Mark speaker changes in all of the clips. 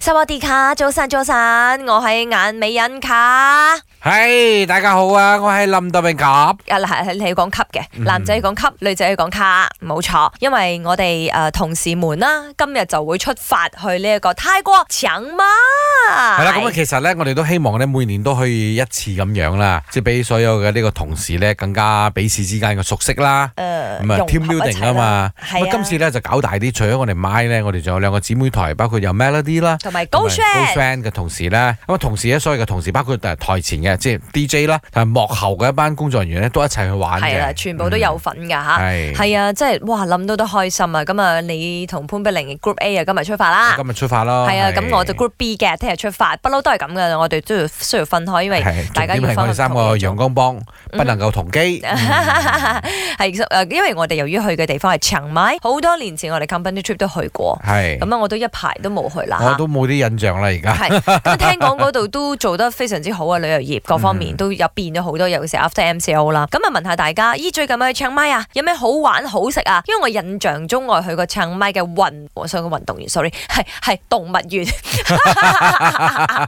Speaker 1: 萨瓦迪卡，早晨早晨，我係眼美人卡，
Speaker 2: 系大家好啊，我系林 德明甲。
Speaker 1: 啊嗱係你講級嘅，
Speaker 2: 嗯
Speaker 1: 男仔講級，女仔講卡，冇錯。因為我哋诶同事們啦，今日就會出發去呢一個泰國抢嘛。
Speaker 2: 系
Speaker 1: 係
Speaker 2: 啦，咁啊，其實咧，我哋都希望咧，每年都去一次咁 樣啦，即係俾所有嘅呢個同事咧，更加彼此之間嘅熟 悉啦。
Speaker 1: 诶
Speaker 2: 咁啊，team building 啊嘛，咁啊今次咧就搞大啲，除咗我哋 My 咧，我哋仲有兩個姊妹台，包括有 Melody 啦。
Speaker 1: 同埋 Go s h a
Speaker 2: Go friend 嘅同事咧，咁啊同事咧，所有嘅同事包括誒台前嘅，即係 DJ 啦，同埋幕後嘅一班工作人員咧，都一齊去玩嘅。嗯
Speaker 1: 係啦，全部都有份㗎吓。
Speaker 2: 係。
Speaker 1: 係啊，即係哇諗到都開心啊！咁啊，你同潘碧玲 Group A 啊，今日出發啦。
Speaker 2: 今日出發咯。
Speaker 1: 係啊，咁我就 Group B 嘅，聽日出發，不嬲都係咁嘅，我哋都要需要分開，因為
Speaker 2: 係
Speaker 1: 大家
Speaker 2: 重點
Speaker 1: 要
Speaker 2: 係
Speaker 1: 分
Speaker 2: 我哋
Speaker 1: 去
Speaker 2: 三
Speaker 1: 同
Speaker 2: 個
Speaker 1: 一種嗯
Speaker 2: 陽光幫，不能 夠同機。
Speaker 1: 係誒，因為我哋由於去嘅地方係清邁，好多年前我哋 company trip 都去過，
Speaker 2: 係。
Speaker 1: 咁啊我都一排都冇去啦。
Speaker 2: 我都冇啲印象啦，而家
Speaker 1: 係咁聽講嗰度都做得非常之好啊，旅遊業各方
Speaker 2: 嗯
Speaker 1: 面都有變咗好多，尤其是 after MCO 啦。咁啊問下大家，咦最近去清邁啊，有咩好玩好食啊？因為我印象中我去過清邁嘅運，我想講運動園，sorry，係係動物園。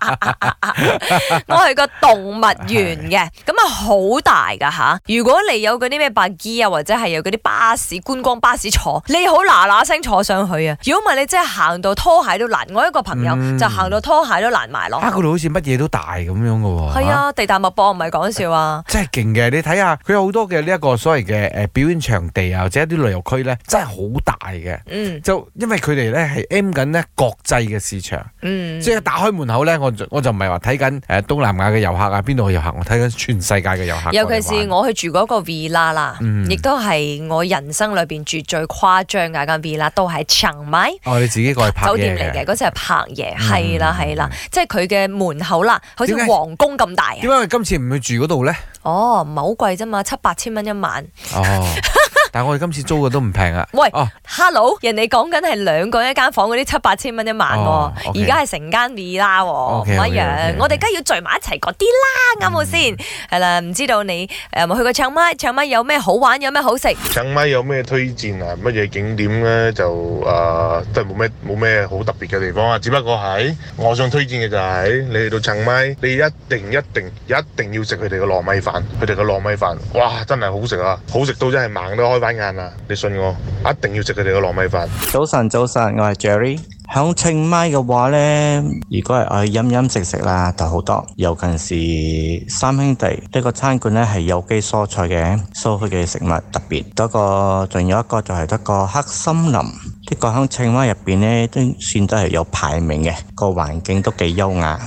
Speaker 1: 我去過動物園嘅，咁啊好大噶吓。如果你有嗰啲咩白衣啊，或者係有嗰啲巴士觀光巴士坐，你好嗱嗱聲坐上去啊！如果唔係你真係行到拖鞋都爛。我一個朋友
Speaker 2: 嗯
Speaker 1: 就行到拖鞋都爛埋咯。
Speaker 2: 啊，嗰度好似乜嘢都大咁樣嘅喎。
Speaker 1: 哦係，啊，地大物博唔係講笑 啊！
Speaker 2: 真係勁嘅。你睇下佢有好多嘅呢一個所謂嘅誒表演場地啊，或者一啲旅遊區咧，真係好大嘅。
Speaker 1: 嗯
Speaker 2: 就因為佢哋咧係 M 緊咧國際嘅市場，
Speaker 1: 嗯，
Speaker 2: 即係打開門口咧，我就我就唔係話睇緊誒東南亞嘅遊客啊，邊度嘅遊客，我睇緊全世界嘅遊客過 嚟玩。
Speaker 1: 尤其是我去住嗰個 villa 啦，
Speaker 2: 嗯
Speaker 1: 亦都係我人生裏邊住最誇張嘅一間 villa，都係清邁。
Speaker 2: 哦，你自己過去 拍
Speaker 1: 酒
Speaker 2: 嘢嗯
Speaker 1: 店嚟嘅，嗰次啊係柏爺，係啦係啦，即係佢嘅門口啦，好似
Speaker 2: 點解
Speaker 1: 皇宮咁大啊！
Speaker 2: 點解佢今次唔去住嗰度咧？
Speaker 1: 哦，唔係好貴啫嘛，七八千蚊一晚。
Speaker 2: 哦，但係我哋今次租嘅都唔平啊。
Speaker 1: 喂
Speaker 2: 哦，
Speaker 1: Hello，人哋講緊係兩個人一間房嗰啲七八千蚊一晚
Speaker 2: 哦
Speaker 1: 喎，
Speaker 2: ，OK
Speaker 1: 而家係成間 v 啦喎，唔
Speaker 2: OK，OK，
Speaker 1: 一樣
Speaker 2: OK，OK。
Speaker 1: 我哋梗係要聚埋一齊嗰啲啦，啱冇
Speaker 2: 嗯
Speaker 1: 先？係啦，唔知道你誒有冇去過唱麥？唱麥有咩好玩？有咩好食？
Speaker 3: 清邁有咩推薦啊？乜嘢景點咧就誒、呃都係冇咩冇咩好特別嘅地方啊。只不過係我想推薦嘅就係、你去到清邁，你一定一定一定要食佢哋嘅糯米飯，佢哋嘅糯米飯，哇真係好食啊！好食到真係盲都開翻眼啊！你信我，一定要食佢哋嘅糯米飯。
Speaker 4: 早晨，早晨，我係 Jerry。響清邁嘅話呢，如果係去哎飲飲食食啦，就好多。尤其是三兄弟呢個餐館呢，係有機蔬菜嘅，所以佢嘅食物特別。多個仲有一個就係得個黑森林，呢個響清邁入邊呢，都算得係有排名嘅，個環境都幾優雅。